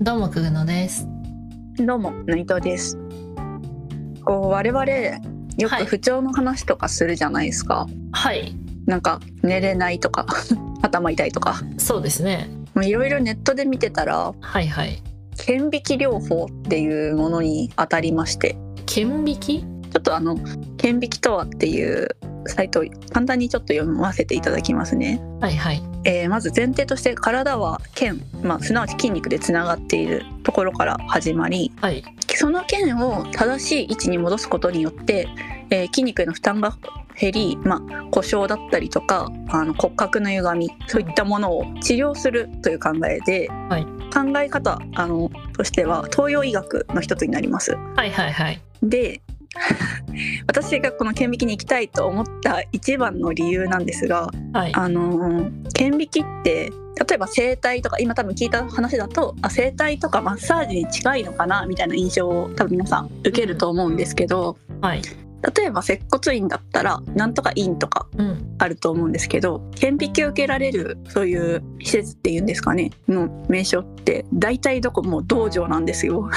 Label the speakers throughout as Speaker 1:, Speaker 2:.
Speaker 1: どうもくぐのです。
Speaker 2: どうも、内藤です。こう我々よ
Speaker 1: はい
Speaker 2: く不調の話とかするじゃないですか。
Speaker 1: はい、
Speaker 2: なんか寝れないとか 頭痛いとか、
Speaker 1: そうですね。
Speaker 2: まあいろいろネットで見てたら
Speaker 1: はいはい。
Speaker 2: 顕微鏡療法っていうものに当たりまして、
Speaker 1: 顕微鏡
Speaker 2: ちょっとあの顕微鏡とはっていうサイトを簡単にちょっと読ませていただきますね。
Speaker 1: はいはい。
Speaker 2: えーまず前提として体は腱、まあ、すなわち筋肉でつながっているところから始まり、
Speaker 1: はい。
Speaker 2: その腱を正しい位置に戻すことによって、えー筋肉への負担が減り、まあ、故障だったりとかあの骨格の歪みそういったものを治療するという考えで、
Speaker 1: はい
Speaker 2: 考え方あのとしては東洋医学の一つになります。
Speaker 1: はいはいはい。
Speaker 2: で 私がこの顕微鏡に行きたいと思った一番の理由なんですが、
Speaker 1: はい。
Speaker 2: あのー顕微鏡って例えば整体とか今多分聞いた話だとあ整体とかマッサージに近いのかなみたいな印象を多分皆さん受けると思うんですけど、
Speaker 1: はい。
Speaker 2: 例えば接骨院だったらなんとか院とか
Speaker 1: うん。
Speaker 2: あると思うんですけど顕微鏡を受けられるそういう施設っていうんですかねの名称って大体どこも道場なんですよ。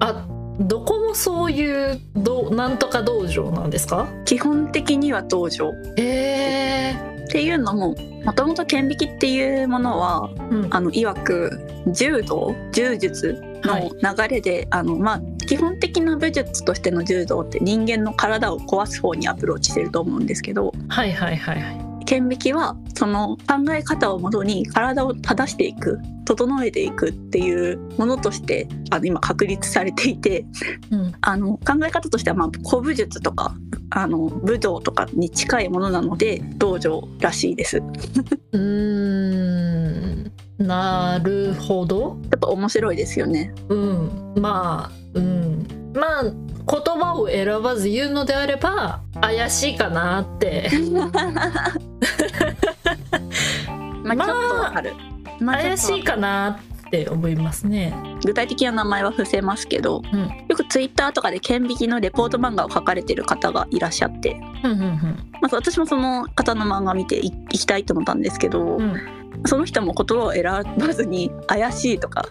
Speaker 1: あ、どこもそういうどなんとか道場なんですか？
Speaker 2: 基本的には道場
Speaker 1: ええ
Speaker 2: っていうのももともと顕微鏡っていうものは
Speaker 1: うん。
Speaker 2: あの曰く柔道柔術
Speaker 1: はい
Speaker 2: の流れで、あのまあ基本的な武術としての柔道って人間の体を壊す方にアプローチしてると思うんですけど
Speaker 1: はいはいはいはい。
Speaker 2: 顕微鏡はその考え方をもとに体を正していく整えていくっていうものとしてあの今確立されていて
Speaker 1: うん。
Speaker 2: あの考え方としては、まあ、古武術とかあの武道とかに近いものなので道場らしいです。
Speaker 1: うーん。なるほど。
Speaker 2: やっぱ面白いですよね。
Speaker 1: うん。まあ、うん。まあ言葉を選ばず言うのであれば怪しいかなって。
Speaker 2: まあ、ちょっとわかる。まあちょっとわかる
Speaker 1: 怪しいかなって思いますね。
Speaker 2: 具体的な名前は伏せますけど、
Speaker 1: うん
Speaker 2: よくツイッターとかで顕微鏡のレポート漫画を書かれてる方がいらっしゃって、
Speaker 1: うんうん
Speaker 2: まあ、私もその方の漫画見ていいきたいと思ったんですけど、
Speaker 1: うん。うん。
Speaker 2: その人も言葉を選ばずに「怪しい」とか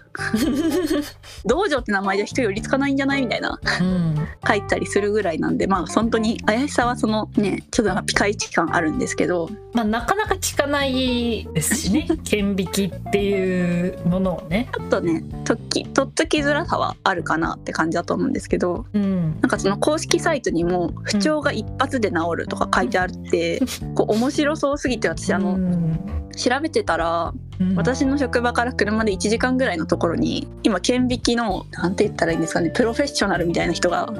Speaker 2: 「道場」って名前じゃ人寄りつかないんじゃないみたいな
Speaker 1: うん、
Speaker 2: 書いたりするぐらいなんでまあ本当に怪しさはそのねちょっとなんかピカイチ感あるんですけど
Speaker 1: まあなかなか聞かないですし ね顕微鏡っていうものをね。
Speaker 2: ちょっとねとっきとっつきづらさはあるかなって感じだと思うんですけど。
Speaker 1: うん
Speaker 2: なんかその公式サイトにも不調が一発で治るとか書いてあって、こう面白そうすぎて私あ
Speaker 1: う
Speaker 2: の、
Speaker 1: ん
Speaker 2: 調べてたら
Speaker 1: うん
Speaker 2: 私の職場から車で1時間ぐらいのところに今顕微鏡のなんて言ったらいいんですかねプロフェッショナルみたいな人が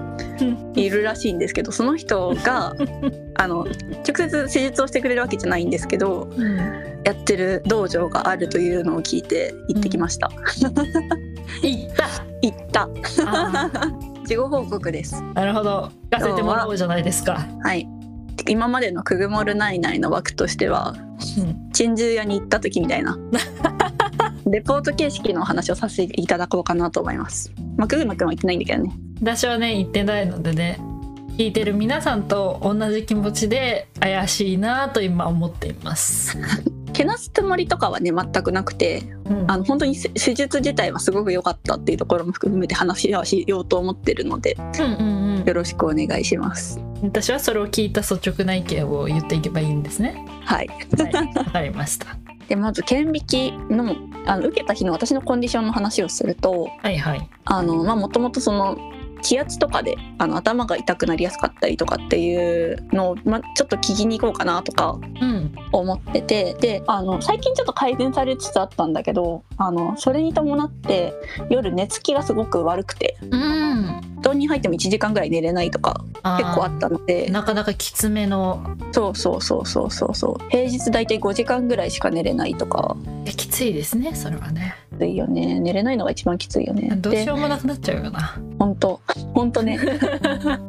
Speaker 2: いるらしいん ですけどその人があの直接施術をしてくれるわけじゃないんですけど
Speaker 1: うん
Speaker 2: やってる道場があるというのを聞いて行ってきました、
Speaker 1: 行った
Speaker 2: 行った
Speaker 1: あ
Speaker 2: 事後報告です
Speaker 1: ーなるほど聞かせてもらおうじゃないですか。
Speaker 2: はい今までのくぐもるないないの枠としては
Speaker 1: うん
Speaker 2: 珍獣屋に行った時みたいなレポート形式のお話をさせていただこうかなと思いますまあくぐまくんは言ってないんだけどね
Speaker 1: 私はね行ってないのでね聞いてる皆さんと同じ気持ちで怪しいなと今思っています。
Speaker 2: けなすつもりとかはね全くなくて
Speaker 1: うん
Speaker 2: あの本当にせ施術自体はすごく良かったっていうところも含めて話はしようと思ってるので
Speaker 1: うんうんうん
Speaker 2: よろしくお願いします
Speaker 1: 私はそれを聞いた率直な意見を言っていけばいいんですね。
Speaker 2: はい
Speaker 1: はい、わかりました。
Speaker 2: でまず顕微鏡のあの受けた日の私のコンディションの話をすると
Speaker 1: はいはい。
Speaker 2: あのまあもともとその気圧とかであの頭が痛くなりやすかったりとかっていうのを、まあ、ちょっと聞きに行こうかなとか
Speaker 1: うん。
Speaker 2: 思っててであの最近ちょっと改善されつつあったんだけどあのそれに伴って夜寝つきがすごく悪くて
Speaker 1: うん。
Speaker 2: 布団に入っても1時間ぐらい寝れないとか
Speaker 1: あー
Speaker 2: 結構あったので
Speaker 1: なかなかきつめの
Speaker 2: そうそうそうそうそうそう平日大体5時間ぐらいしか寝れないとか
Speaker 1: えきついですねそれはね
Speaker 2: きついよね寝れないのが一番きついよね
Speaker 1: どうしようもなくなっちゃうよな、
Speaker 2: 本当本 当ね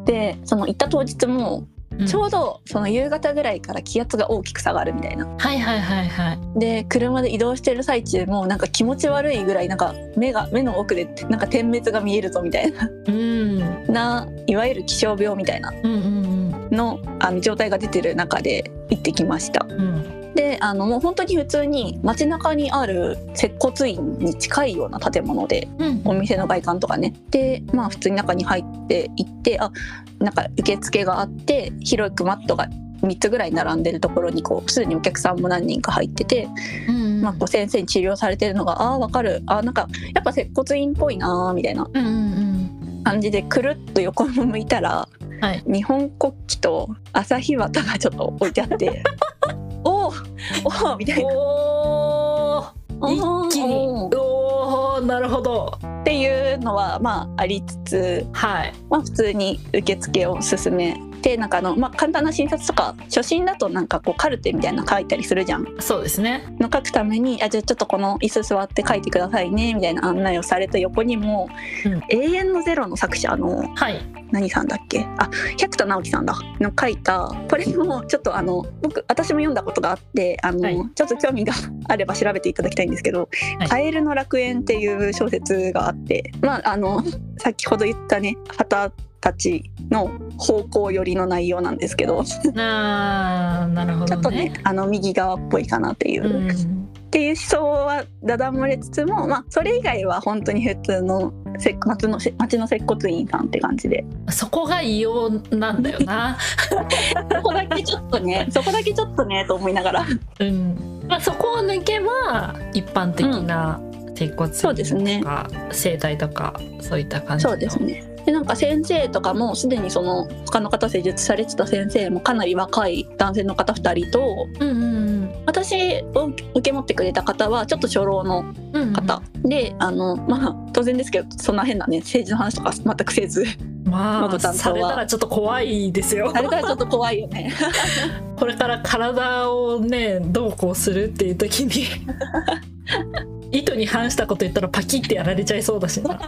Speaker 2: でその行った当日も
Speaker 1: うん
Speaker 2: ちょうどその夕方ぐらいから気圧が大きく下がるみたいな
Speaker 1: はいはいはいはい
Speaker 2: で車で移動してる最中もなんか気持ち悪いぐらいなんか目が目の奥でなんか点滅が見えるぞみたいな
Speaker 1: うん
Speaker 2: ないわゆる気象病みたいな
Speaker 1: うんうん
Speaker 2: のあの状態が出てる中で行ってきました
Speaker 1: うんうん
Speaker 2: であのもう本当に普通に街中にある接骨院に近いような建物で
Speaker 1: うん
Speaker 2: お店の外観とかねでまあ普通に中に入っていってあなんか受付があって広くマットが3つぐらい並んでるところにこうすでにお客さんも何人か入ってて、
Speaker 1: うん
Speaker 2: まあ、こう先生に治療されてるのがあーわかるあーなんかやっぱ接骨院っぽいなーみたいな
Speaker 1: うんうん
Speaker 2: 感じでくるっと横も向いたら、
Speaker 1: はい
Speaker 2: 日本国旗と朝日綿がちょっと置いてあって おーおーみた
Speaker 1: うん
Speaker 2: いな
Speaker 1: おー一気に
Speaker 2: おー
Speaker 1: おーなるほど
Speaker 2: っていうのはまあありつつ
Speaker 1: はい
Speaker 2: まあ、普通に受付を進めてなんかあの、まあ、簡単な診察とか初診だとなんかこうカルテみたいなの書いたりするじゃん
Speaker 1: そうですね
Speaker 2: の書くためにあじゃあちょっとこの椅子座って書いてくださいねみたいな案内をされた横にも、
Speaker 1: うん
Speaker 2: 永遠のゼロ」の作者の
Speaker 1: はい
Speaker 2: 何さんだっけあ百田直樹さんだの書いたこれもちょっとあの僕私も読んだことがあってあの、
Speaker 1: はい
Speaker 2: ちょっと興味があれば調べていただきたいんですけど「
Speaker 1: はい
Speaker 2: カエルの楽園」っていう小説があってまああの先ほど言ったね旗たちの方向寄りの内容なんですけど、ち
Speaker 1: なーなるほ
Speaker 2: ょっ
Speaker 1: ど
Speaker 2: と
Speaker 1: ね
Speaker 2: ねあの右側っぽいかなっていう、
Speaker 1: う
Speaker 2: っ
Speaker 1: ん
Speaker 2: ていう思想はだだ漏れつつも、まあ、それ以外は本当に普通の接街の街の接骨院さんって感じで
Speaker 1: そこが異様なんだよな
Speaker 2: そこだけちょっと ねそこだけちょっとねと思いながら
Speaker 1: うんまあそこを抜けば一般的な接骨院
Speaker 2: そうですね
Speaker 1: とか整体とかそういった感じの
Speaker 2: そうですねでなんか先生とかもすでにその他の方施術されてた先生もかなり若い男性の方2人と
Speaker 1: うんうん
Speaker 2: 私を受け持ってくれた方はちょっと初老の
Speaker 1: うんうん
Speaker 2: 方、であのまあ当然ですけどそんな変なね政治の話とか全くせ ず
Speaker 1: ま
Speaker 2: 元
Speaker 1: あ
Speaker 2: 担当は
Speaker 1: されたらちょっと怖いですよ
Speaker 2: あれからちょっと怖いよね
Speaker 1: これから体をねどうこうするっていう時に 意図に反したこと言ったらパキってやられちゃいそうだし な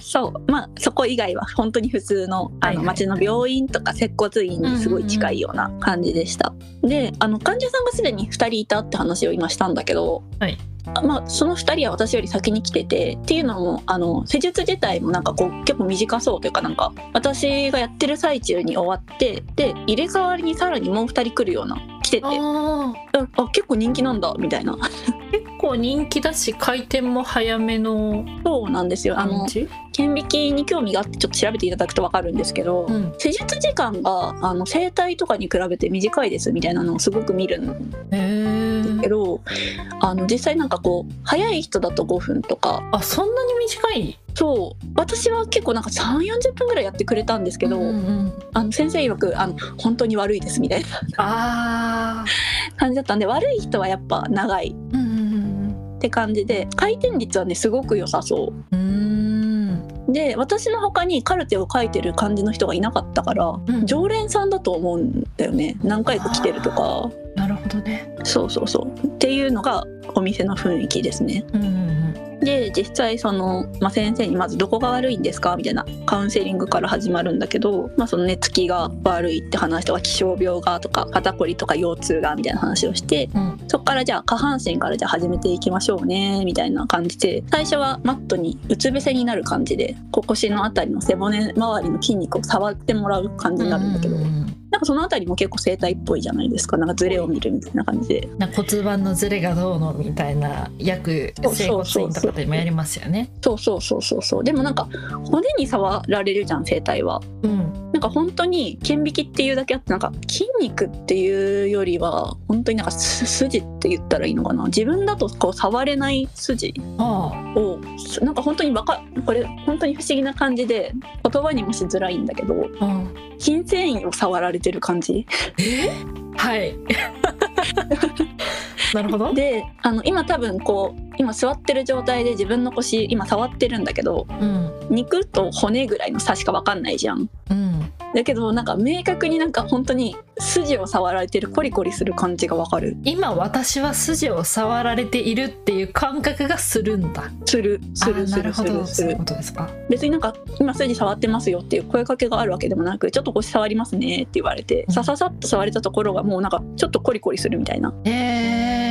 Speaker 2: そうまあそこ以外は本当に普通のあ
Speaker 1: はいはい
Speaker 2: の町の病院とか接骨院にすごい近いような感じでした、であの患者さんがすでに2人いたって話を今したんだけど、
Speaker 1: はい
Speaker 2: まあ、その2人は私より先に来ててっていうのもあの施術自体もなんかこう結構短そうというかなんか私がやってる最中に終わってで入れ替わりにさらにもう2人来るような来てて
Speaker 1: あ
Speaker 2: ああ結構人気なんだみたいな
Speaker 1: 結構人気だし回転も早めの
Speaker 2: そうなんですよあ
Speaker 1: 感
Speaker 2: の
Speaker 1: じ
Speaker 2: 顕微鏡に興味があってちょっと調べていただくと分かるんですけど、
Speaker 1: うん
Speaker 2: 施術時間があの整体とかに比べて短いですみたいなのをすごく見るんだ
Speaker 1: へえ
Speaker 2: けど、あの実際なんかこう早い人だと5分とか
Speaker 1: あそんなに短い
Speaker 2: そう私は結構なんか3 4 0分ぐらいやってくれたんですけど、
Speaker 1: うんうん
Speaker 2: あの先生曰くあの本当に悪いですみたいな
Speaker 1: ああ
Speaker 2: 感じだったんで悪い人はやっぱ長い
Speaker 1: うんうん
Speaker 2: って感じで回転率はねすごく良さそう。
Speaker 1: うんうん
Speaker 2: で私の他にカルテを書いてる感じの人がいなかったから、
Speaker 1: ん
Speaker 2: 常連さんだと思うんだよね何回か来てるとか
Speaker 1: なるほどね
Speaker 2: そうそうそうっていうのがお店の雰囲気ですね
Speaker 1: うんうん
Speaker 2: で実際その、まあ、先生にまず「どこが悪いんですか?」みたいなカウンセリングから始まるんだけど、まあ、その寝つきが悪いって話とか気象病がとか肩こりとか腰痛がみたいな話をして
Speaker 1: うん
Speaker 2: そこからじゃあ下半身からじゃあ始めていきましょうねみたいな感じで最初はマットにうつ伏せになる感じでこう腰のあたりの背骨周りの筋肉を触ってもらう感じになるんだけど、
Speaker 1: ううん
Speaker 2: なんかそのあたりも結構整体っぽいじゃないですかなんかズレを見るみたいな感じで
Speaker 1: なんか骨盤のズレがどうのみたいな約
Speaker 2: そ
Speaker 1: 整
Speaker 2: うそう
Speaker 1: 骨
Speaker 2: そう
Speaker 1: 院とかでもやりますよね
Speaker 2: そうそうそうそうそうでもなんか骨に触られるじゃん整体は
Speaker 1: うん
Speaker 2: なんか本当に顕微鏡っていうだけあってなんか筋肉っていうよりは本当になんかす筋って言ったらいいのかな自分だとこう触れない筋
Speaker 1: ああ
Speaker 2: をすなんか本当にわかこれ本当に不思議な感じで言葉にもしづらいんだけど
Speaker 1: うん、
Speaker 2: 筋繊維を触られてる感じ
Speaker 1: えはい なるほど
Speaker 2: であの今多分こう今座ってる状態で自分の腰今触ってるんだけど
Speaker 1: うん
Speaker 2: 肉と骨ぐらいの差しか分かんないじゃん。
Speaker 1: うん
Speaker 2: だけどなんか明確になんか本当に筋を触られてるコリコリする感じがわかる
Speaker 1: 今私は筋を触られているっていう感覚がするんだ
Speaker 2: するす
Speaker 1: あ
Speaker 2: る
Speaker 1: ー
Speaker 2: す
Speaker 1: なる
Speaker 2: る
Speaker 1: ほ
Speaker 2: す
Speaker 1: ど
Speaker 2: る
Speaker 1: そ
Speaker 2: す
Speaker 1: ういう
Speaker 2: る
Speaker 1: ことですか
Speaker 2: 別になんか今筋触ってますよっていう声かけがあるわけでもなくちょっと腰触りますねって言われて
Speaker 1: うん
Speaker 2: さささっと触れたところがもうなんかちょっとコリコリするみたいな
Speaker 1: へえ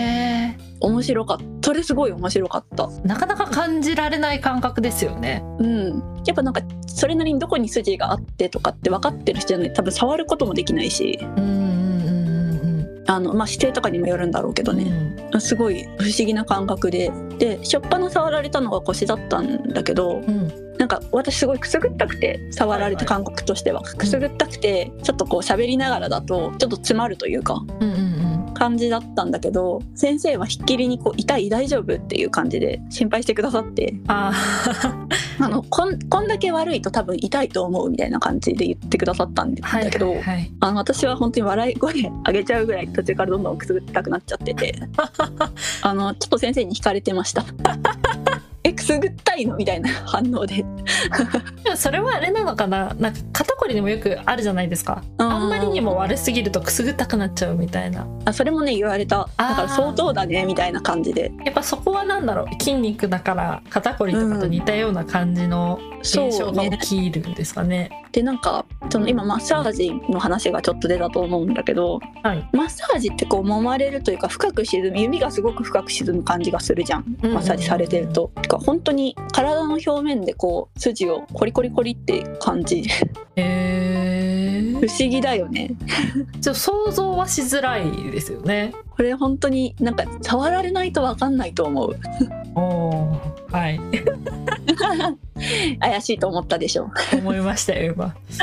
Speaker 2: 面白かったそれすごい面白かった
Speaker 1: なかなか感じられない感覚ですよね
Speaker 2: うんやっぱなんかそれなりにどこに筋があってとかって分かってる人じゃない多分触ることもできないし
Speaker 1: うんうんうんうんうん
Speaker 2: あの、まあ、指定とかにもよるんだろうけどね、すごい不思議な感覚でで初っ端触られたのが腰だったんだけど
Speaker 1: うん、
Speaker 2: なんか私すごいくすぐったくて触られた感覚としては、くすぐったくてちょっとこう喋りながらだとちょっと詰まるというか
Speaker 1: うんうんうん
Speaker 2: 感じだったんだけど先生はひっきりにこう「痛い大丈夫?」っていう感じで心配してくださって
Speaker 1: ああ
Speaker 2: あのこんこんだけ悪いと多分痛いと思うみたいな感じで言ってくださったんだ
Speaker 1: はい
Speaker 2: けど、
Speaker 1: はいはい
Speaker 2: あの私は本当に笑い声上げちゃうぐらい途中からどんどんくすぐったくなっちゃっ ててあのちょっと先生に惹かれてました えくすぐったいのみたいな 反応で
Speaker 1: でもそれはあれなのかななんか肩こりでもよくあるじゃないですかあんまりにも悪すぎるとくすぐったくなっちゃうみたいな
Speaker 2: あそれもね言われただから相当だねみたいな感じで
Speaker 1: やっぱそこはなんだろう筋肉だから肩こりとかと似たような感じの
Speaker 2: そ
Speaker 1: 現象
Speaker 2: う
Speaker 1: が
Speaker 2: ね
Speaker 1: 起きるんですかね。
Speaker 2: でなんかその今マッサージの話がちょっと出たと思うんだけど
Speaker 1: はい。
Speaker 2: マッサージってこう揉まれるというか深く沈む指がすごく深く沈む感じがするじゃん
Speaker 1: うんうん
Speaker 2: マッサージされてると。てか本当に体の表面でこう筋をコリコリコリって感じ
Speaker 1: え
Speaker 2: 不思議だよね。
Speaker 1: ー、ちょっと想像はしづらいですよね。
Speaker 2: これ本当になんか触られないと分かんないと思う
Speaker 1: おーはい。
Speaker 2: 怪しいと思ったでしょ
Speaker 1: 思いましたよ今。す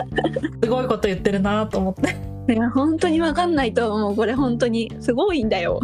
Speaker 1: ごいこと言ってるなと思って。
Speaker 2: いや本当に分かんないと思うこれ本当にすごいんだよ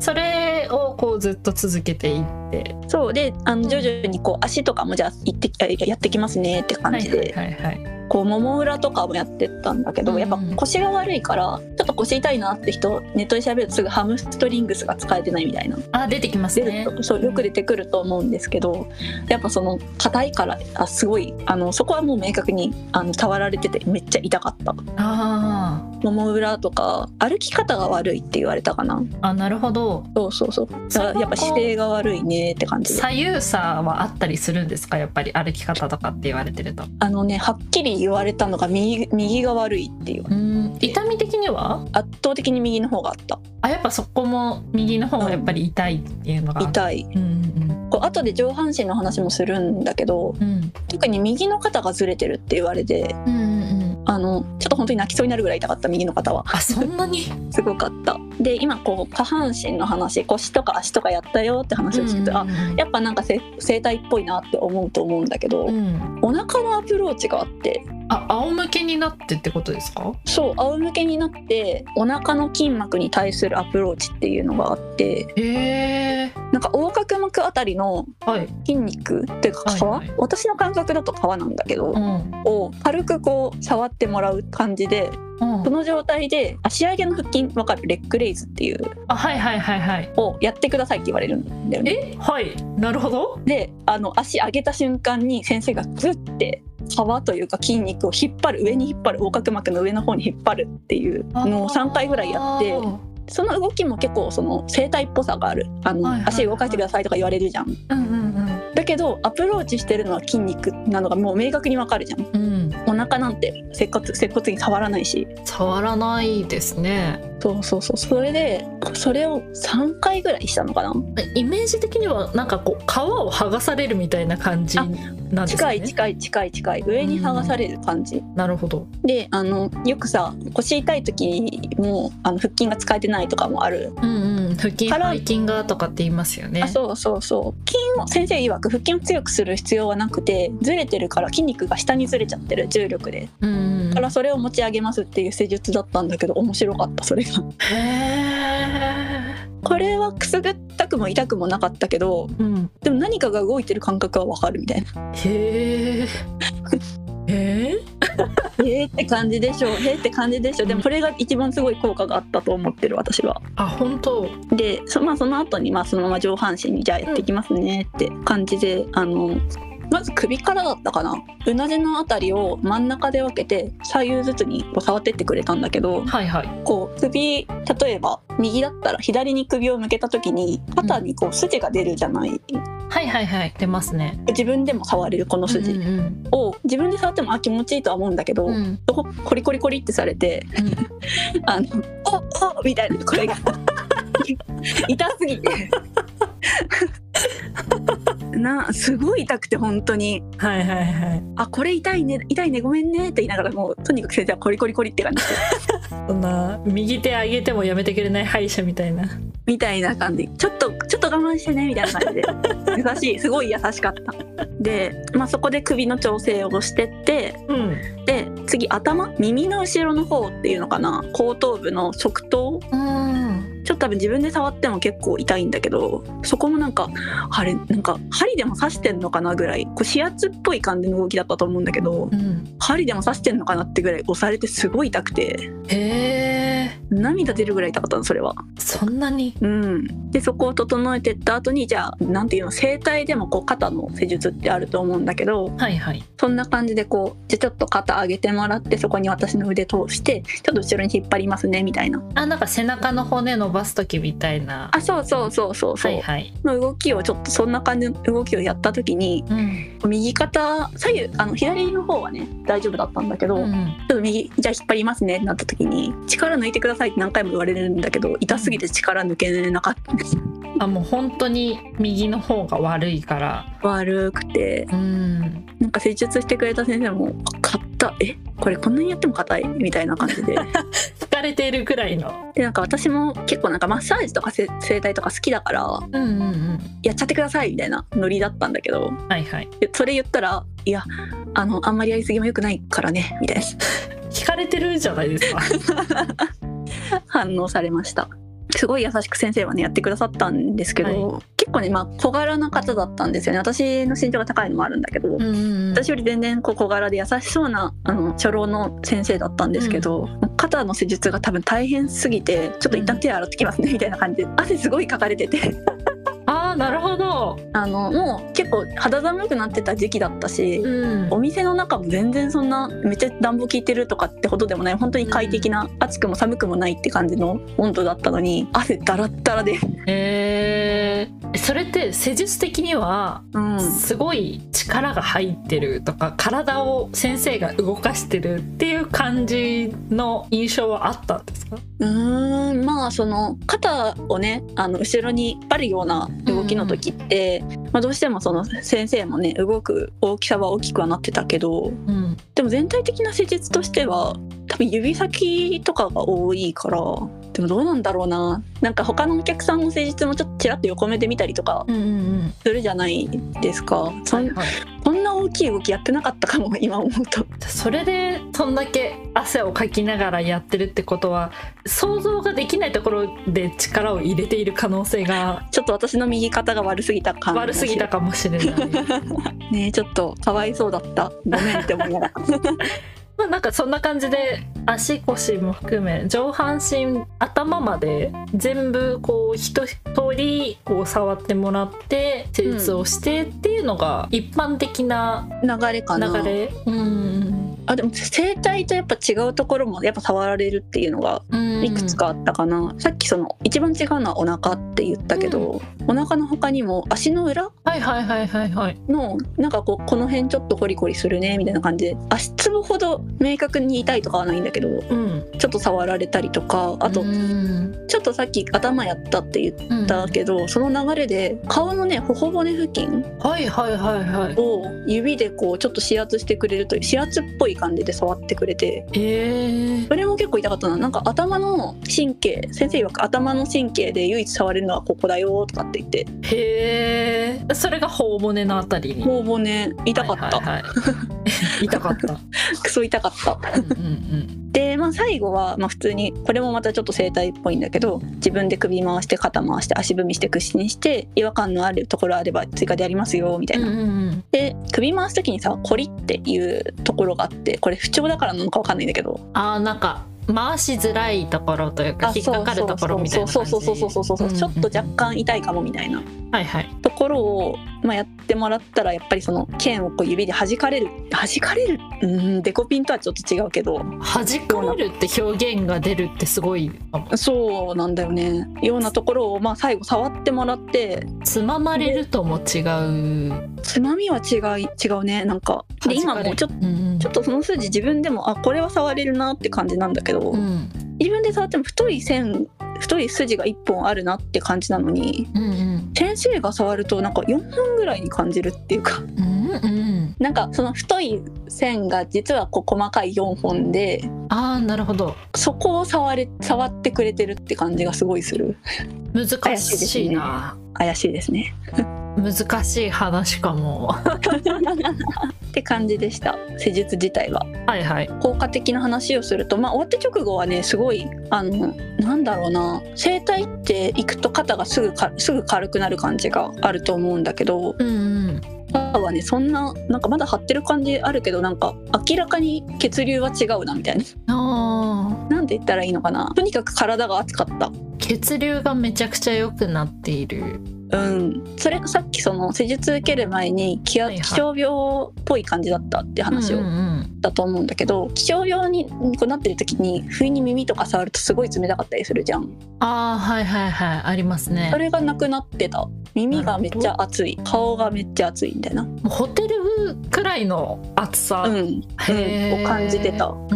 Speaker 1: それをこうずっと続けていって。
Speaker 2: そうであの徐々にこう足とかもじゃあ行ってきあやってきますねって感じで、
Speaker 1: はいはいはい。
Speaker 2: こうもも裏とかもやってったんだけど、
Speaker 1: うん
Speaker 2: やっぱ腰が悪いからちょっと腰痛いなって人ネットで調べるとすぐハムストリングスが使えてないみたいな、
Speaker 1: あ出てきます
Speaker 2: 出
Speaker 1: ね
Speaker 2: る。とそうよく出てくると思うんですけどやっぱその硬いからあすごいあのそこはもう明確にあの触られててめっちゃ痛かった
Speaker 1: あ
Speaker 2: もも裏とか歩き方が悪いって言われたかな
Speaker 1: ーあなるほど。
Speaker 2: そうそうそうだからやっぱ姿勢が悪いねって感じで
Speaker 1: 左右差はあったりするんですかやっぱり歩き方とかって言われてると。
Speaker 2: あのねはっきり言われたのが右右が悪いっていう
Speaker 1: うん痛み的には
Speaker 2: 圧倒的に右の方があった
Speaker 1: あやっぱそこも右の方がやっぱり痛いっていうのが。
Speaker 2: 痛い
Speaker 1: うん
Speaker 2: こう後で上半身の話もするんだけど
Speaker 1: うんうん
Speaker 2: 特に右の肩がずれてるって言われて
Speaker 1: うんうんうん。
Speaker 2: あのちょっと本当に泣きそうになるぐらい痛かった右の肩は
Speaker 1: あそんな に。
Speaker 2: すごかったで今こう下半身の話腰とか足とかやったよって話をしてて、あやっぱなんかせ整体っぽいなって思うと思うんだけど、
Speaker 1: うん。
Speaker 2: お腹のアプローチがあって
Speaker 1: あ仰向けになってってことですか？
Speaker 2: そう仰向けになってお腹の筋膜に対するアプローチっていうのがあって
Speaker 1: へえ。
Speaker 2: なんか横隔膜あたりの
Speaker 1: はい。
Speaker 2: 筋肉っていうか皮、
Speaker 1: はいはい
Speaker 2: 私の感覚だと皮なんだけど、
Speaker 1: うん。
Speaker 2: を軽くこう触ってもらう感じで
Speaker 1: うん
Speaker 2: そ。の状態で足上げの腹筋わかるレッグレイズっていう
Speaker 1: あはいはいはいはい。
Speaker 2: をやってくださいって言われるんだよね。
Speaker 1: えはい。なるほど。
Speaker 2: であの足上げた瞬間に先生がグッて皮というか筋肉を引っ張る上に引っ張る横隔膜の上の方に引っ張るっていうのを3回ぐらいやって
Speaker 1: あー
Speaker 2: その動きも結構その整体っぽさがあるあの、
Speaker 1: はいはいはい
Speaker 2: 足動かしてくださいとか言われるじゃん
Speaker 1: うんうん
Speaker 2: だけどアプローチしてるのは筋肉なのがもう明確にわかるじゃん
Speaker 1: うん。
Speaker 2: お腹なんて接骨接骨に触らないし
Speaker 1: うん。触らないですね。
Speaker 2: そうそうそうそれでそれを3回ぐらいしたのかな
Speaker 1: イメージ的にはなんかこう皮を剥がされるみたいな感じなんですか
Speaker 2: 近
Speaker 1: ね
Speaker 2: い近い近い近い上に剥がされる感じ
Speaker 1: なるほど
Speaker 2: であのよくさ腰痛い時もあの腹筋が使えてないとかもある
Speaker 1: うんうん腹筋背
Speaker 2: から
Speaker 1: 筋がとかって言いますよね
Speaker 2: あそうそうそう筋を先生曰く腹筋を強くする必要はなくてずれてるから筋肉が下にずれちゃってる重力で
Speaker 1: う、んうん
Speaker 2: だからそれを持ち上げますっていう施術だったんだけど面白かったそれが
Speaker 1: へえ
Speaker 2: これはくすぐったくも痛くもなかったけど
Speaker 1: うん
Speaker 2: でも何かが動いてる感覚はわかるみたいな
Speaker 1: へええー
Speaker 2: えーって感じでしょうえーって感じでしょうでもこれが一番すごい効果があったと思ってる私は
Speaker 1: あ本当
Speaker 2: でそ,、まあ、その後にまあそのまま上半身にじゃあやってきますねって感じで、あのまず首からだったかなうなじのあたりを真ん中で分けて左右ずつにこう触ってってくれたんだけど
Speaker 1: はいはい
Speaker 2: こう首例えば右だったら左に首を向けた時に肩にこう筋が出るじゃない
Speaker 1: はいはいはい出ますね
Speaker 2: 自分でも触れるこの
Speaker 1: う
Speaker 2: 筋
Speaker 1: ん
Speaker 2: を自分で触ってもあ気持ちいいとは思うんだけど、
Speaker 1: うんうん
Speaker 2: そこコリコリコリってされて
Speaker 1: うん
Speaker 2: あの「おお」みたいな声が痛すぎてなすごい痛くて本当に
Speaker 1: はいはいはい
Speaker 2: 「あこれ痛いね痛いねごめんね」って言いながらもうとにかく先生はコリコリコリって感じで
Speaker 1: そんな右手上げてもやめてくれない歯医者みたいな
Speaker 2: みたいな感じちょっとちょっと我慢してねみたいな感じで優しいすごい優しかったで、まあ、そこで首の調整をしてって
Speaker 1: うん
Speaker 2: で次頭耳の後ろの方っていうのかな後頭部の側頭
Speaker 1: うん
Speaker 2: ちょっと多分自分で触っても結構痛いんだけどそこもなんかあれなんか針でも刺してんのかなぐらいこう指圧っぽい感じの動きだったと思うんだけど
Speaker 1: うん
Speaker 2: 針でも刺してんのかなってぐらい押されてすごい痛くて
Speaker 1: へえ
Speaker 2: 涙出るぐらい痛かったのそれは。
Speaker 1: そんなに
Speaker 2: うん、でそこを整えてった後にじゃあなんていうの整体でもこう肩の施術ってあると思うんだけど
Speaker 1: はいはい
Speaker 2: そんな感じでこうじゃあちょっと肩上げてもらってそこに私の腕通してちょっと後ろに引っ張りますねみたいな
Speaker 1: あなんか背中の骨伸ばす時みたいな
Speaker 2: あそうそうそうそうそう、
Speaker 1: はいはい
Speaker 2: の動きをちょっとそんな感じの動きをやった時に
Speaker 1: うん
Speaker 2: 右肩左右あの左の方はね大丈夫だったんだけど、ちょ
Speaker 1: ん
Speaker 2: っと右じゃあ引っ張りますねってなった時に力抜いてくださいって何回も言われるんだけど痛すぎて力抜けなかったんです
Speaker 1: あもう本当に右の方が悪いから
Speaker 2: 悪くて
Speaker 1: うん
Speaker 2: なんか施術してくれた先生も「硬っえこれこんなにやっても硬い」みたいな感じで
Speaker 1: 疲れているくらいの
Speaker 2: でなんか私も結構なんかマッサージとかせ整体とか好きだから
Speaker 1: うんうんうん
Speaker 2: やっちゃってくださいみたいなノリだったんだけど
Speaker 1: はいはい
Speaker 2: でそれ言ったら「いやあのあんまりやりすぎも良くないからね」みたい
Speaker 1: 引かれてるじゃないですか
Speaker 2: な反応されました。すごい優しく先生はねやってくださったんですけど、結構ねまあ小柄な方だったんですよね私の身長が高いのもあるんだけど、
Speaker 1: んうん
Speaker 2: 私より全然こう小柄で優しそうなあの初老の先生だったんですけど、肩の施術が多分大変すぎてちょっと一旦手洗ってきますねみたいな感じで汗すごいかかれてて
Speaker 1: ああなるほど
Speaker 2: あのもう結構肌寒くなってた時期だったし。
Speaker 1: うん
Speaker 2: お店の中も全然そんなめっちゃ暖房効いてるとかってほどでもない本当に快適な暑くも寒くもないって感じの温度だったのに汗だらだらで、
Speaker 1: えー、それって施術的には
Speaker 2: うん、
Speaker 1: すごい力が入ってるとか体を先生が動かしてるっていう感じの印象はあったんですか
Speaker 2: うーんまあその肩をねあの後ろに引っ張るような動きの時って、まあ、どうしてもその先生もね動く大きさは大きくはなってたけど
Speaker 1: うん
Speaker 2: でも全体的な施術としては多分指先とかが多いからでもどうなんだろうななんか他のお客さんの施術もちょっとちらっと横目で見たりとか
Speaker 1: うんうん
Speaker 2: するじゃないですかそん
Speaker 1: はい
Speaker 2: そんな大きい動きやってなかったかも今思うと。
Speaker 1: それでそんだけ汗をかきながらやってるってことは想像ができないところで力を入れている可能性が
Speaker 2: ちょっと私の右肩が悪すぎた感じ
Speaker 1: 悪すぎたかもしれない
Speaker 2: ねちょっとかわいそうだったごめんって思いながら
Speaker 1: まあなんかそんな感じで足腰も含め上半身頭まで全部こう一通りこう触ってもらって施術をしてっていうのが一般的な
Speaker 2: 流れかな
Speaker 1: 流れうん
Speaker 2: あでも整体とやっぱ違うところもやっぱ触られるっていうのが
Speaker 1: うん
Speaker 2: いくつかあったかな、さっきその一番違うのはお腹って言ったけど、お腹の他にも足の裏
Speaker 1: はいはいはいはいはい
Speaker 2: のなんかこうこの辺ちょっとコリコリするねみたいな感じで足つぼほど明確に痛いとかはないんだけど
Speaker 1: うん
Speaker 2: ちょっと触られたりとかあと
Speaker 1: うん
Speaker 2: ちょっとさっき頭やったって言っ
Speaker 1: うん
Speaker 2: たけど、その流れで顔のね頬骨付近
Speaker 1: はいはいはいはい
Speaker 2: を指でこうちょっと指圧してくれるという指圧っぽい感じで触ってくれて
Speaker 1: え
Speaker 2: それも結構痛かったななんか頭の神経先生曰く頭の神経で唯一触れるのはここだよとかって言って
Speaker 1: ー、へえそれが頬骨のあたりに
Speaker 2: もう骨痛かった、
Speaker 1: はいはい はい、痛かった
Speaker 2: クソ痛かった
Speaker 1: うんうん
Speaker 2: で、まあ、最後は、まあ、普通にこれもまたちょっと整体っぽいんだけど自分で首回して肩回して足踏みして屈伸して違和感のあるところあれば追加でやりますよみた
Speaker 1: う
Speaker 2: い
Speaker 1: ん
Speaker 2: な、
Speaker 1: うんうん
Speaker 2: で首回す時にさ「コリ」っていうところがあってこれ不調だからなのかわかんないんだけど
Speaker 1: あーなんか回しづらいところというか引っかかるところみたいな
Speaker 2: そ
Speaker 1: 感
Speaker 2: う
Speaker 1: じ
Speaker 2: そうそうそうそうそうそう、
Speaker 1: んんん
Speaker 2: ちょっと若干痛いかもみたいな
Speaker 1: はいはい
Speaker 2: ところを、まあ、やってもらったらやっぱりその剣をこう指で弾かれる弾かれるうーんデコピンとはちょっと違うけど
Speaker 1: 弾かれるって表現が出るってすごいかも
Speaker 2: そうなんだよねようなところを、まあ、最後触ってもらって
Speaker 1: つままれるとも違う
Speaker 2: つまみは違い違うねなんかで今もうちょっと
Speaker 1: うんうん
Speaker 2: ちょっとその数字自分でもあこれは触れるなって感じなんだけど、
Speaker 1: うん
Speaker 2: 自分で触っても太い線太い筋が1本あるなって感じなのに
Speaker 1: うんうん
Speaker 2: 先生が触るとなんか4本ぐらいに感じるっていうか
Speaker 1: うんうん
Speaker 2: なんかその太い線が実はこう細かい4本で
Speaker 1: ああなるほど
Speaker 2: そこを触れ触ってくれてるって感じがすごいする
Speaker 1: 難しいな
Speaker 2: 怪しいですね
Speaker 1: 難しい話かも
Speaker 2: って感じでした施術自体は
Speaker 1: はいはい
Speaker 2: 効果的な話をすると、まあ、終わって直後はねすごいあのなんだろうな整体って行くと肩がすぐかすぐ軽くなる感じがあると思うんだけど
Speaker 1: うんうん
Speaker 2: 肩はねそんななんかまだ張ってる感じあるけどなんか明らかに血流は違うなみたいな
Speaker 1: あ
Speaker 2: なんて言ったらいいのかなとにかく体が熱かった。
Speaker 1: ー血流がめちゃくちゃ良くなっている
Speaker 2: うん、それがさっきその施術受ける前に気
Speaker 1: はいはい
Speaker 2: 気象病っぽい感じだったって話を
Speaker 1: うんうん
Speaker 2: だと思うんだけど、気象病にこうなってる時に不意に耳とか触るとすごい冷たかったりするじゃ
Speaker 1: う
Speaker 2: ん
Speaker 1: んああはいはいはいありますね
Speaker 2: それがなくなってた耳がめっちゃ熱い顔がめっちゃ熱いみたいな、
Speaker 1: もうホテルくらいの暑さ、
Speaker 2: うん
Speaker 1: へ
Speaker 2: うん、
Speaker 1: ー
Speaker 2: を感じてた
Speaker 1: うんうんう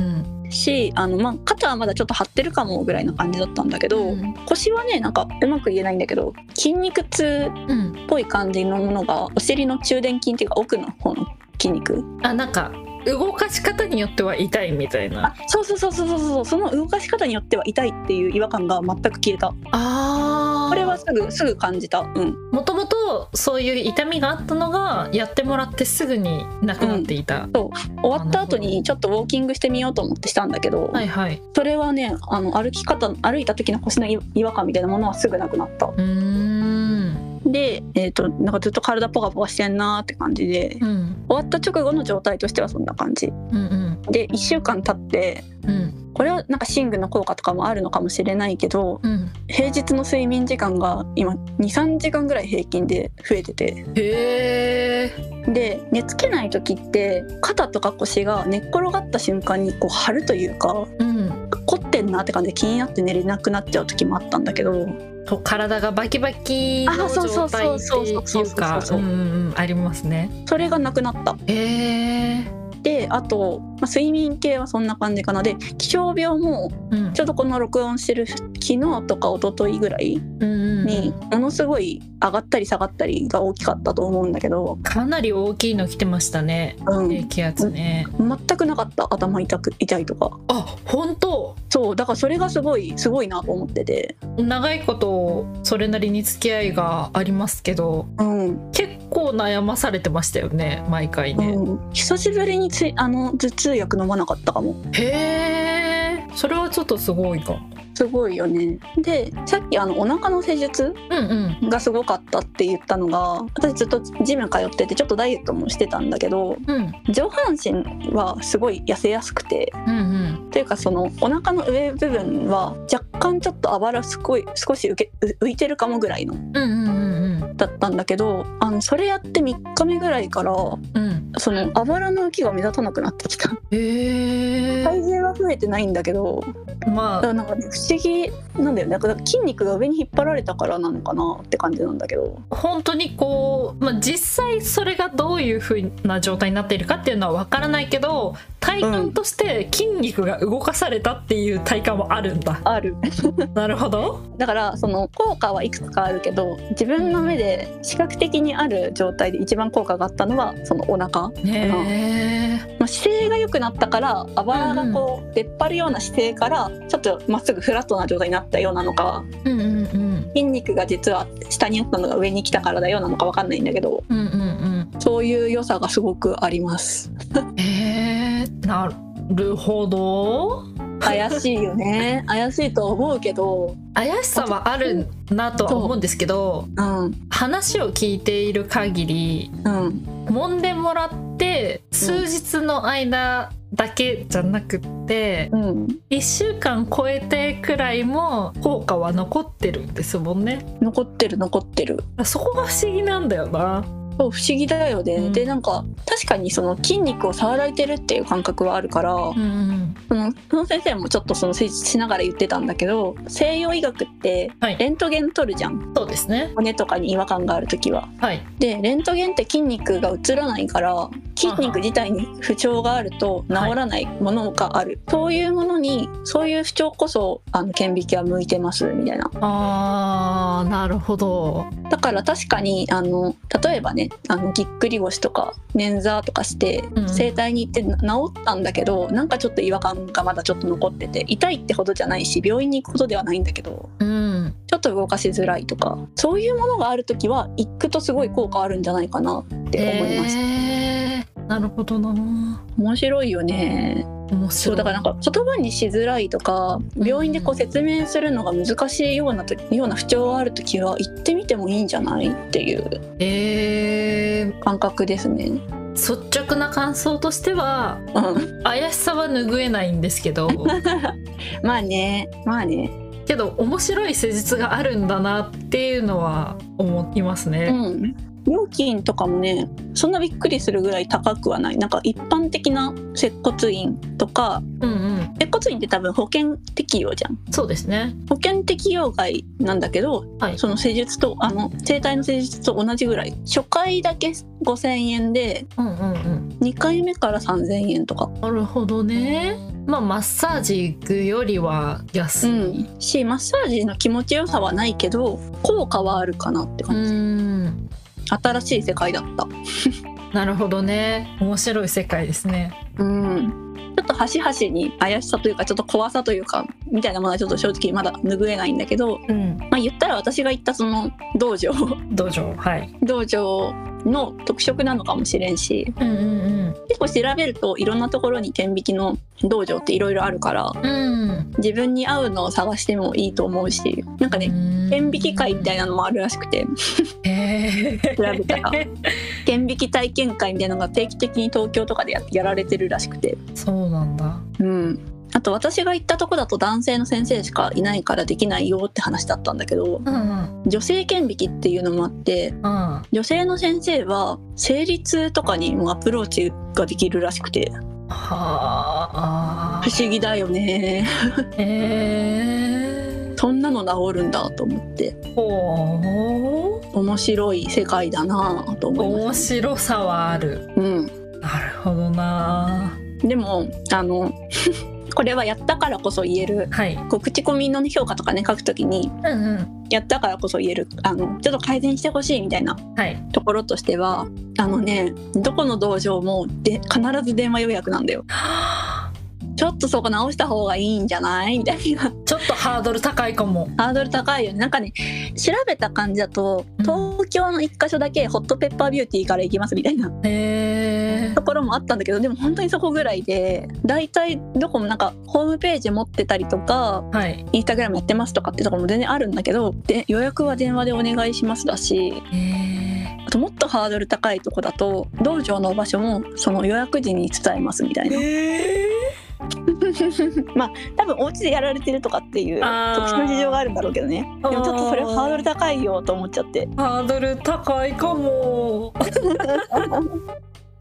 Speaker 1: ん
Speaker 2: しあの、まあ、肩はまだちょっと張ってるかもぐらいの感じだったんだけど、
Speaker 1: うん
Speaker 2: 腰はねなんかうまく言えないんだけど筋肉痛
Speaker 1: うん
Speaker 2: っぽい感じのものがお尻の中殿筋っていうか奥の方の筋肉
Speaker 1: あなんか動かし方によっては痛いみたいな
Speaker 2: あそうそうそうそうそうそうその動かし方によっては痛いっていう違和感が全く消えた
Speaker 1: あ
Speaker 2: これはすぐすぐ感じたうん
Speaker 1: もともとそういう痛みがあったのがやってもらってすぐになくなっていた、
Speaker 2: 終わった後にちょっとウォーキングしてみようと思ってしたんだけど、
Speaker 1: はいはい
Speaker 2: それはねあの歩き方歩いた時の腰の違違和感みたいなものはすぐなくなった
Speaker 1: うーん
Speaker 2: で、えー、となんかずっと体ポカポカしてんなーって感じで
Speaker 1: うん
Speaker 2: 終わった直後の状態としてはそんな感じ
Speaker 1: うん
Speaker 2: で1週間経って
Speaker 1: うんうん
Speaker 2: これはなんか寝具の効果とかもあるのかもしれないけど
Speaker 1: うん
Speaker 2: 平日の睡眠時間が今23時間ぐらい平均で増えてて
Speaker 1: へえ
Speaker 2: で寝つけない時って肩とか腰が寝っ転がった瞬間にこう張るというか
Speaker 1: うん
Speaker 2: 凝ってんなって感じで気になって寝れなくなっちゃう時もあったんだけど
Speaker 1: と体がバキバキの
Speaker 2: あそうそ
Speaker 1: 状
Speaker 2: う
Speaker 1: 態
Speaker 2: そうそう
Speaker 1: っていうか
Speaker 2: そ
Speaker 1: う
Speaker 2: うそうんそうそう
Speaker 1: うんうんありますね
Speaker 2: それがなくなった
Speaker 1: へえ
Speaker 2: であと、まあ、睡眠系はそんな感じかなで気象病も
Speaker 1: うん
Speaker 2: ちょうどこの録音してる昨日とか一昨日ぐらい
Speaker 1: うんうん
Speaker 2: にものすごい上がったり下がったりが大きかったと思うんだけど、
Speaker 1: かなり大きいの来てましたね
Speaker 2: うん、
Speaker 1: 低気圧ね、
Speaker 2: 全くなかった頭痛く痛いとか
Speaker 1: あ本当
Speaker 2: そうだからそれがすごいすごいなと思ってて、
Speaker 1: 長いことそれなりに付き合いがありますけど
Speaker 2: うん
Speaker 1: 結構悩まされてましたよね毎回
Speaker 2: う
Speaker 1: ね、
Speaker 2: ん、久しぶりについあの頭痛薬飲まなかったかも
Speaker 1: へえそれはちょっとすごいか
Speaker 2: すごいよねでさっきあのお腹の施術
Speaker 1: うんうん
Speaker 2: がすごかったって言ったのが私ずっとジム通っててちょっとダイエットもしてたんだけど
Speaker 1: うん
Speaker 2: 上半身はすごい痩せやすくて
Speaker 1: うん
Speaker 2: というかそのお腹の上部分は若干ちょっとあばらすごい少し浮け浮いてるかもぐらいの
Speaker 1: うんうんうんうん
Speaker 2: だったんだけどあのそれやって3日目ぐらいから
Speaker 1: うんうん
Speaker 2: そのあばらの浮きが目立たなくなってきた
Speaker 1: へえ
Speaker 2: 体重は増えてないんだけどだ
Speaker 1: ま
Speaker 2: か
Speaker 1: あ
Speaker 2: らなんかね不思議なんだよねだから筋肉が上に引っ張られたからなのかなって感じなんだけど
Speaker 1: 本当にこう、まあ、実際それがどういうふうな状態になっているかっていうのは分からないけど体感として筋肉が動かされたっていう体感もあるんだ、
Speaker 2: ある
Speaker 1: なるほど
Speaker 2: だからその効果はいくつかあるけど自分の目で視覚的にある状態で一番効果があったのはそのお腹
Speaker 1: ね
Speaker 2: まあ姿勢が良くなったからあばらがこう出っ張るような姿勢からちょっとまっすぐフラットな状態になったようなのか
Speaker 1: えうんうんうん
Speaker 2: 筋肉が実は下にあったのが上に来たからだようなのかわかんないんだけど
Speaker 1: うんうん
Speaker 2: そういう良さがすごくあります
Speaker 1: うんえー、なるほど
Speaker 2: 怪しいよね怪しいと思うけど
Speaker 1: 怪しさはあるなとは思うんですけど
Speaker 2: うん
Speaker 1: 話を聞いている限り
Speaker 2: うん
Speaker 1: 揉んでもらって数日の間だけじゃなくって
Speaker 2: うん
Speaker 1: 1週間超えてくらいも効果は残ってるんですもんね
Speaker 2: 残ってる残ってる
Speaker 1: そこが不思議なんだよな
Speaker 2: そう不思議だよね、
Speaker 1: うん
Speaker 2: でなんか確かにその筋肉を触られてるっていう感覚はあるから、
Speaker 1: うん
Speaker 2: そのその先生もちょっとその施術しながら言ってたんだけど西洋医学って
Speaker 1: はい
Speaker 2: レントゲン取るじゃん、
Speaker 1: そうですね
Speaker 2: 骨とかに違和感がある時は。
Speaker 1: はい
Speaker 2: でレントゲンって筋肉が映らないから筋肉自体に不調があると治らないものがある、そういうものにそういう不調こそあの顕微鏡は向いてますみたいな
Speaker 1: あーなるほど
Speaker 2: だから確かにあの例えばねあのぎっくり腰とか捻挫とかして
Speaker 1: うん
Speaker 2: 整体に行ってな治ったんだけど、なんかちょっと違和感がまだちょっと残ってて痛いってほどじゃないし病院に行くことではないんだけど
Speaker 1: うん
Speaker 2: ちょっと動かしづらいとかそういうものがある時は行くとすごい効果あるんじゃないかなって思いました、
Speaker 1: えーなるほどな
Speaker 2: 面白いよね
Speaker 1: 面白い
Speaker 2: そうだからなんか言葉にしづらいとか病院でこう説明するのが難しいようなとような不調がある時は行ってみてもいいんじゃないっていう
Speaker 1: えー
Speaker 2: 感覚ですね。
Speaker 1: 率直な感想としては
Speaker 2: うん、
Speaker 1: 怪しさは拭えないんですけ ど
Speaker 2: まあねまあね
Speaker 1: けど面白い施術があるんだなっていうのは思います
Speaker 2: う
Speaker 1: ね。
Speaker 2: ん料金とかもねそんなびっくりするぐらい高くはないなんか一般的な接骨院とか
Speaker 1: うん、うん
Speaker 2: 接骨院って多分保険適用じゃん
Speaker 1: そうですね。
Speaker 2: 保険適用外なんだけど、
Speaker 1: はい
Speaker 2: その施術とあの整体の施術と同じぐらい初回だけ5,000円で
Speaker 1: うんうんうん。
Speaker 2: 2回目から3,000円とか、
Speaker 1: なるほどね。まあマッサージ行くよりは安い。
Speaker 2: しマッサージの気持ちよさはないけど効果はあるかなって
Speaker 1: う
Speaker 2: 感じ、
Speaker 1: ん。
Speaker 2: 新しい世界だった
Speaker 1: なるほどね。面白い世界ですね。
Speaker 2: うんちょっと端々に怪しさというかちょっと怖さというかみたいなものはちょっと正直まだ拭えないんだけど、
Speaker 1: うん。
Speaker 2: まあ、言ったら私が行ったその道場
Speaker 1: 道場はい。
Speaker 2: 道場の特色なのかもしれんし
Speaker 1: うんうん
Speaker 2: 結構調べるといろんなところに天引きの道場っていろいろあるから
Speaker 1: うん。うん。
Speaker 2: 自分に合うのを探してもいいと思うしなんかね天引き会みたい
Speaker 1: い
Speaker 2: なのもあるらしくて
Speaker 1: な。へえ。
Speaker 2: 調べたら天引き体験会みたいなのが定期的に東京とかでややられてるらしくて
Speaker 1: そうなんだ。
Speaker 2: うんあと私が行ったとこだと男性の先生しかいないからできないよって話だったんだけど
Speaker 1: うんうん。
Speaker 2: 女性顕微鏡っていうのもあって
Speaker 1: うん。
Speaker 2: 女性の先生は生理痛とかにもアプローチができるらしくて
Speaker 1: はあ。
Speaker 2: 不思議だよね
Speaker 1: へえ。
Speaker 2: そんなの治るんだと思って
Speaker 1: ほう。
Speaker 2: 面白い世界だなと思いま
Speaker 1: 面
Speaker 2: す、
Speaker 1: 白さはある。
Speaker 2: うん、
Speaker 1: なるほどな。
Speaker 2: でもあの これはやったからこそ言える
Speaker 1: はい。
Speaker 2: こう口コミのね評価とかね書くときに
Speaker 1: うんうん。
Speaker 2: やったからこそ言えるあのちょっと改善してほしいみたいな
Speaker 1: はい。
Speaker 2: ところとしてはあのねどこの道場もで必ず電話予約なんだ よちょっとそこ直した方がいいんじゃないみたいな
Speaker 1: ちょっとハードル高いかも。
Speaker 2: ハードル高いよねなんかね調べた感じだと
Speaker 1: うん
Speaker 2: 東京の一箇所だけホットペッパービューティーから行きますみたいな
Speaker 1: へえ
Speaker 2: と。ころもあったんだけどでも本当にそこぐらいで大体どこもなんかホームページ持ってたりとか
Speaker 1: はい。
Speaker 2: インスタグラムやってますとかってところも全然あるんだけどで予約は電話でお願いしますだし
Speaker 1: へえ。
Speaker 2: あともっとハードル高いとこだと道場の場所もその予約時に伝えますみたいな
Speaker 1: え
Speaker 2: まあ多分お家でやられてるとかっていう特
Speaker 1: あー
Speaker 2: 殊な事情があるんだろうけどねでもちょっとそれはハードル高いよと思っちゃって
Speaker 1: ハードル高いかも。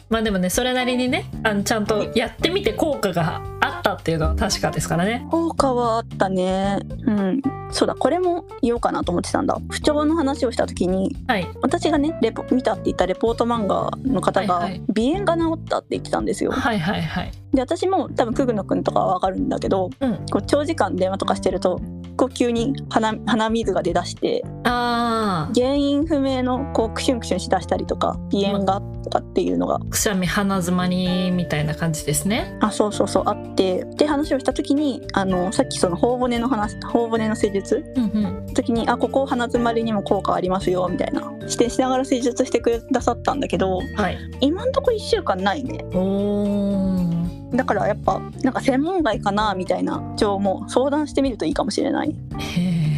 Speaker 1: まあでもねそれなりにねあのちゃんとやってみて効果があったっていうのは確かですからね。
Speaker 2: 効果はあったねうんそうだこれも言おうかなと思ってたんだ不調の話をした時に
Speaker 1: はい。
Speaker 2: 私がねレポ見たって言ったレポート漫画の方が、
Speaker 1: はいはい
Speaker 2: 鼻炎が治ったって言ってたんですよ
Speaker 1: はいはいはい。
Speaker 2: で私も多分久久野くんとかはわかるんだけど、
Speaker 1: うん
Speaker 2: こう長時間電話とかしてるとこう急に鼻鼻水が出だして
Speaker 1: ああ。
Speaker 2: 原因不明のこうクシュンクシュンしだしたりとか鼻炎がとかっていうのが、
Speaker 1: くしゃみ鼻づまりみたいな感じですね。
Speaker 2: あそうそうそうあってって話をした時にあのさっきその頬骨の話頬骨の施術
Speaker 1: うんうん。
Speaker 2: の時にあここ鼻詰まりにも効果ありますよみたいな指定しながら施術してくださったんだけど
Speaker 1: はい。
Speaker 2: 今んとこ1週間ないね
Speaker 1: おお。
Speaker 2: だからやっぱなんか専門外かなみたいな情も相談してみるといいかもしれない
Speaker 1: へ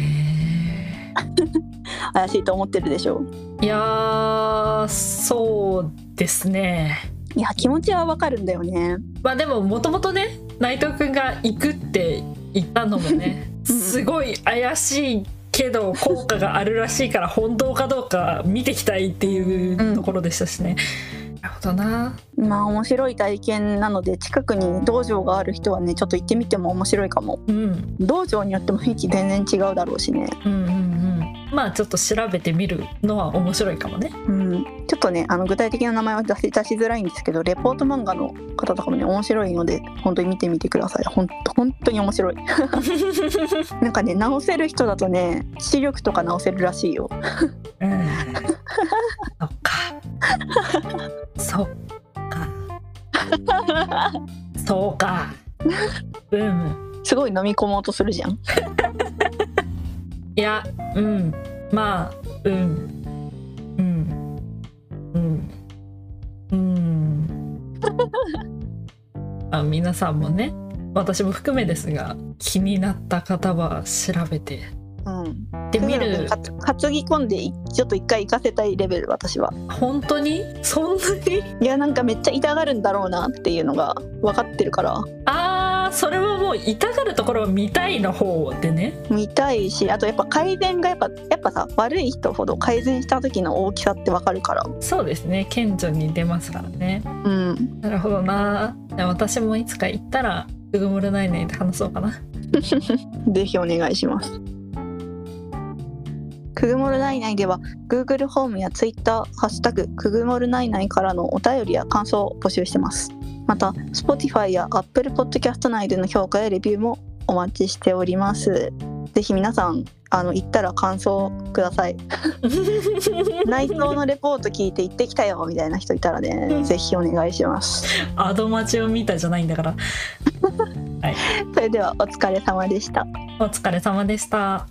Speaker 2: 怪しいと思ってるでしょう
Speaker 1: ーいやーそうですね
Speaker 2: いや気持ちはわかるんだよね
Speaker 1: まあでももともとね内藤君が行くって言ったのもね
Speaker 2: うん
Speaker 1: すごい怪しいけど効果があるらしいから本当かどうか見てきたいっていうところでしたしね、なるほどな
Speaker 2: まあ面白い体験なので近くに道場がある人はねちょっと行ってみても面白いかも
Speaker 1: うん
Speaker 2: 道場によっても雰囲気全然違うだろうしね
Speaker 1: うんうんうんまあちょっと調べてみるのは面白いかもね。
Speaker 2: うん、ちょっとねあの具体的な名前は出し出しづらいんですけどレポート漫画の方とかもね面白いので本当に見てみてくださいほんと本当に面白い なんかね直せる人だとね視力とか直せるらしいよ
Speaker 1: うん。そっか。そっか。そうか。うん。
Speaker 2: すごい飲み込もうとするじゃん
Speaker 1: いや、うん。まあ、うん。うん。うん。うん。 あ皆さんもね、私も含めですが、気になった方は調べて。
Speaker 2: うん
Speaker 1: で、見
Speaker 2: そういうのね
Speaker 1: る
Speaker 2: か。つ担ぎ込んでいちょっと一回行かせたいレベル私は
Speaker 1: 本当にそんなに
Speaker 2: いやなんかめっちゃ痛がるんだろうなっていうのが分かってるから
Speaker 1: あーそれはもう痛がるところを見たいの方でね
Speaker 2: 見たいしあとやっぱ改善がやっぱやっぱさ悪い人ほど改善した時の大きさって分かるから
Speaker 1: そうですね顕著に出ますからね
Speaker 2: うん
Speaker 1: なるほどな私もいつか行ったら「うぐもれないね」って話そうか な
Speaker 2: ぜひお願いします。くぐもるないないでは Google ホームや Twitter「ハッシュタグくぐもるないない」からのお便りや感想を募集してます。また Spotify や Apple Podcast 内での評価やレビューもお待ちしております。ぜひ皆さんあの行ったら感想をくだ さい。内装のレポート聞いて行ってきたよみたいな人いたら ね、ぜひお願いします。
Speaker 1: アド待ちを見たじゃないんだから
Speaker 2: それではお疲れ様でした。
Speaker 1: お疲れ様でした。